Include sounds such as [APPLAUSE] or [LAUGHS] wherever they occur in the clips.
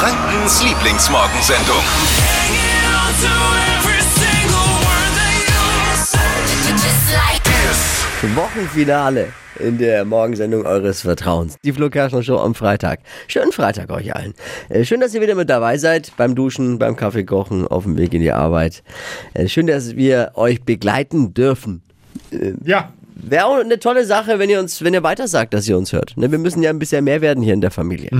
Deichmanns Lieblingsmorgensendung. Wochenfinale in der Morgensendung eures Vertrauens. Die Flo Kerschner Show am Freitag. Schönen Freitag euch allen. Äh, Schön, dass ihr wieder mit dabei seid beim Duschen, beim Kaffee kochen, auf dem Weg in die Arbeit. Äh, Schön, dass wir euch begleiten dürfen. Ja, Wäre auch eine tolle Sache, wenn ihr uns, wenn ihr weitersagt, dass ihr uns hört. Ne, wir müssen ja ein bisschen mehr werden hier in der Familie.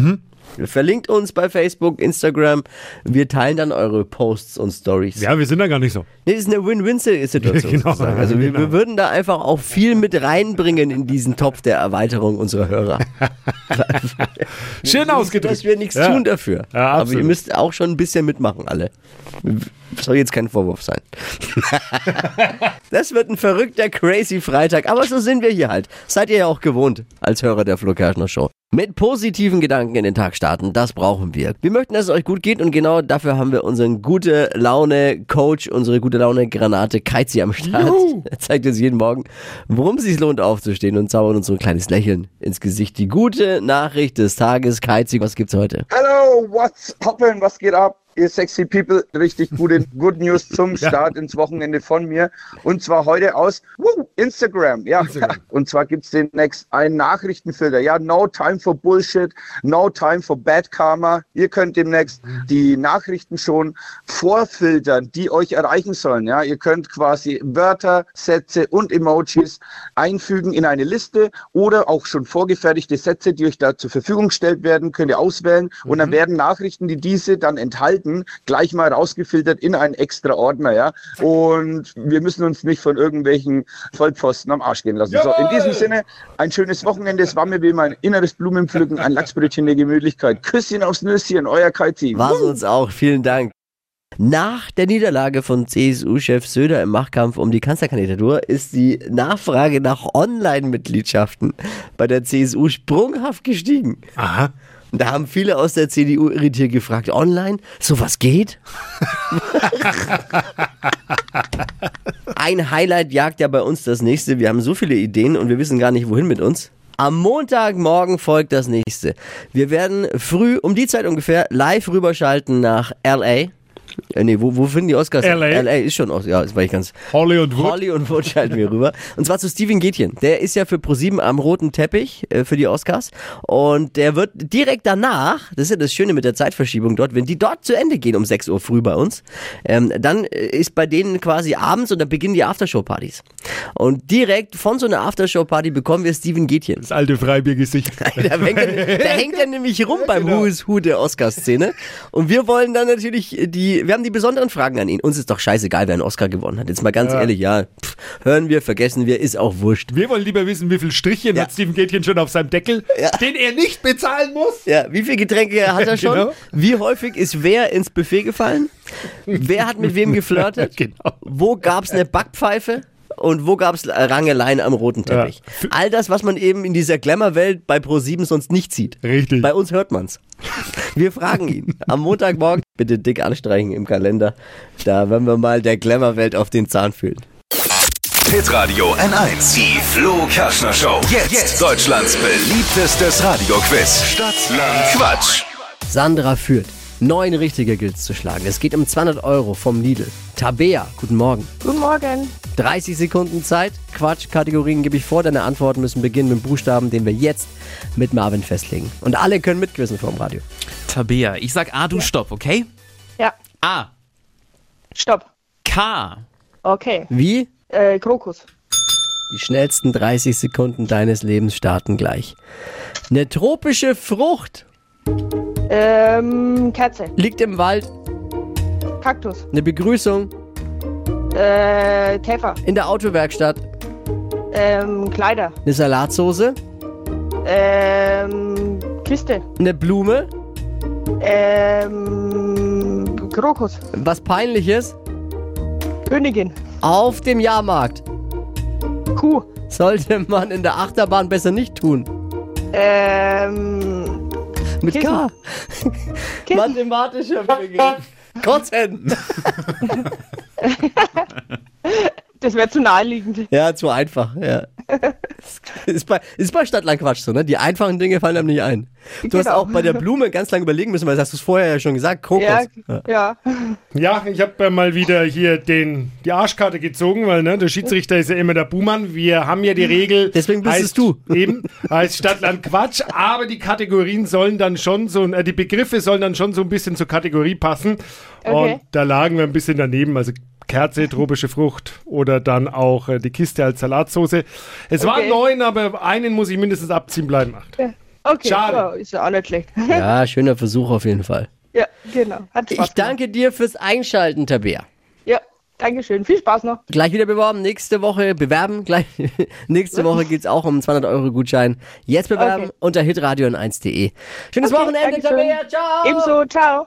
Verlinkt uns bei Facebook, Instagram. Wir teilen dann eure Posts und Stories. ja, wir sind da gar nicht so. Nee, das ist eine Win-Win-Situation. [LAUGHS] Genau, sozusagen. Also wir, wir genau. würden da einfach auch viel mit reinbringen in diesen Topf der Erweiterung unserer [LAUGHS] Hörer. Dass Schön Genau ausgedrückt. wir nichts Ja. tun dafür. Ja, Aber absolut. ihr müsst auch schon ein bisschen mitmachen, alle. Soll jetzt kein Vorwurf sein. das wird ein verrückter, crazy Freitag. Aber so sind wir hier halt. Seid ihr ja auch gewohnt als Hörer der Flo Kerschner Show. Mit positiven Gedanken in den Tag starten, das brauchen wir. Wir möchten, dass es euch gut geht und genau dafür haben wir unseren gute Laune Coach, unsere gute Laune Granate Keizi am Start. Er zeigt uns jeden Morgen, worum es sich lohnt aufzustehen und zaubert uns so ein kleines Lächeln ins Gesicht. Die gute Nachricht des Tages, Keizi, was gibt's heute? Hello, what's happen? Was geht ab? Ihr sexy people, richtig gute Good News zum Start ins Wochenende von mir. Und zwar heute aus wuh, Instagram. Ja, und zwar gibt's demnächst einen Nachrichtenfilter. Ja, no time for Bullshit, no time for Bad Karma. Ihr könnt demnächst die Nachrichten schon vorfiltern, die euch erreichen sollen. Ja, ihr könnt quasi Wörter, Sätze und Emojis einfügen in eine Liste oder auch schon vorgefertigte Sätze, die euch da zur Verfügung gestellt werden, könnt ihr auswählen und dann werden Nachrichten, die diese dann enthalten, gleich mal rausgefiltert in einen extra Ordner, ja. Und wir müssen uns nicht von irgendwelchen Vollpfosten am Arsch gehen lassen. So, in diesem Sinne, ein schönes Wochenende. Es war mir wie mein inneres Blumenpflücken, ein Lachsbrötchen der Gemütlichkeit. Küsschen aufs Nüsschen, euer Kai-Team. War's uns auch, vielen Dank. Nach der Niederlage von CSU-Chef Söder im Machtkampf um die Kanzlerkandidatur ist die Nachfrage nach Online-Mitgliedschaften bei der CSU sprunghaft gestiegen. Aha. Und Da haben viele aus der CDU irritiert gefragt, online, sowas geht? Ein Highlight jagt ja bei uns das nächste. Wir haben so viele Ideen und wir wissen gar nicht, wohin mit uns. Am Montagmorgen folgt das nächste. Wir werden früh um die Zeit ungefähr live rüberschalten nach LA. Äh, nee, wo, wo finden die Oscars? LA? LA ist schon Oscar, ja, das war ich ganz. Holly und Wood. Holly und Wood schalten wir rüber. Und zwar zu Steven Gätjen. Der ist ja für ProSieben am roten Teppich äh, für die Oscars. Und der wird direkt danach, das ist ja das Schöne mit der Zeitverschiebung dort, wenn die dort zu Ende gehen um 6 Uhr früh bei uns, ähm, dann äh, ist bei denen quasi abends und dann beginnen die Aftershow-Partys. Und direkt von so einer Aftershow-Party bekommen wir Steven Gätjen. Das alte Freibiergesicht. [LAUGHS] Da hängt, er, da hängt er nämlich rum beim Who is Who der Oscar-Szene. Und wir wollen dann natürlich die, wir haben die besonderen Fragen an ihn. Uns ist doch scheißegal, wer einen Oscar gewonnen hat. Jetzt mal ganz ehrlich, ja, pff, hören wir, vergessen wir, ist auch wurscht. Wir wollen lieber wissen, wie viel Strichchen Ja. hat Steven Gätchen schon auf seinem Deckel, den er nicht bezahlen muss. Ja, wie viele Getränke hat er schon? Genau. Wie häufig ist wer ins Buffet gefallen? Wer hat mit wem [LAUGHS] geflirtet? Genau. Wo gab's eine Backpfeife? Und wo gab's Rangeleien am roten Teppich? Ja. All das, was man eben in dieser Glamour-Welt bei Pro7 sonst nicht sieht. Richtig. Bei uns hört man's. Wir fragen ihn am Montagmorgen. Bitte dick anstreichen im Kalender. Da werden wir mal der Glamour-Welt auf den Zahn fühlen. Pit Radio N1. Die Flo Kerschner Show. Jetzt. Jetzt. Deutschlands beliebtestes Radioquiz. Stadt, Land, Quatsch. Sandra führt. Neun richtige gilt zu schlagen. Es geht um 200 Euro vom Lidl. Tabea, guten Morgen. Guten Morgen. 30 Sekunden Zeit. Quatschkategorien gebe ich vor. Deine Antworten müssen beginnen mit dem Buchstaben, den wir jetzt mit Marvin festlegen. Und alle können mitquissen vom Radio. Tabea, ich sag A, du stopp, okay? Ja, A, stopp. K. Okay. Wie? Äh, Krokus. Die schnellsten 30 Sekunden deines Lebens starten gleich. Eine tropische Frucht Ähm, Kerze. liegt im Wald. Kaktus. Eine Begrüßung Äh, Käfer. in der Autowerkstatt. Ähm, Kleider. Eine Salatsoße. Ähm, Kiste. Eine Blume. Ähm, Krokus. Was peinliches. Königin. Auf dem Jahrmarkt. Kuh. Sollte man in der Achterbahn besser nicht tun. Ähm, Mit K. Kissen. Mathematischer Begriff. Kotzen. das wäre zu naheliegend. [LAUGHS] Ja, zu einfach, ja. Ist bei, ist bei Stadtland Quatsch so, ne? Die einfachen Dinge fallen einem nicht ein. Du hast Genau. auch bei der Blume ganz lange überlegen müssen, weil das hast du es vorher ja schon gesagt, Kokos. Ja, ja. Ja, ich habe mal wieder hier den, die Arschkarte gezogen, weil ne, der Schiedsrichter ist ja immer der Buhmann. Wir haben ja die Regel. Deswegen bist heißt, es du. [LAUGHS] Eben, heißt Stadtland Quatsch. Aber die Kategorien sollen dann schon so, äh, die Begriffe sollen dann schon so ein bisschen zur Kategorie passen. Okay. Und da lagen wir ein bisschen daneben. Also Kerze, tropische Frucht oder dann auch äh, die Kiste als Salatsoße. Es waren Okay. neun, aber einen muss ich mindestens abziehen bleiben. Acht. Okay, Schade. ja, ist ja auch nicht schlecht. [LAUGHS] Ja, schöner Versuch auf jeden Fall. Ja, genau. Hat Spaß Ich danke dir fürs Einschalten, Tabea. gemacht. Ja, Dankeschön. Viel Spaß noch. Gleich wieder beworben, nächste Woche bewerben. [LAUGHS] Gleich, nächste Woche geht's auch um 200 Euro Gutschein. Jetzt bewerben Okay. unter hitradion1.de. Schönes Okay, Wochenende, Dankeschön. Tabea. Ciao. Ebenso, ciao.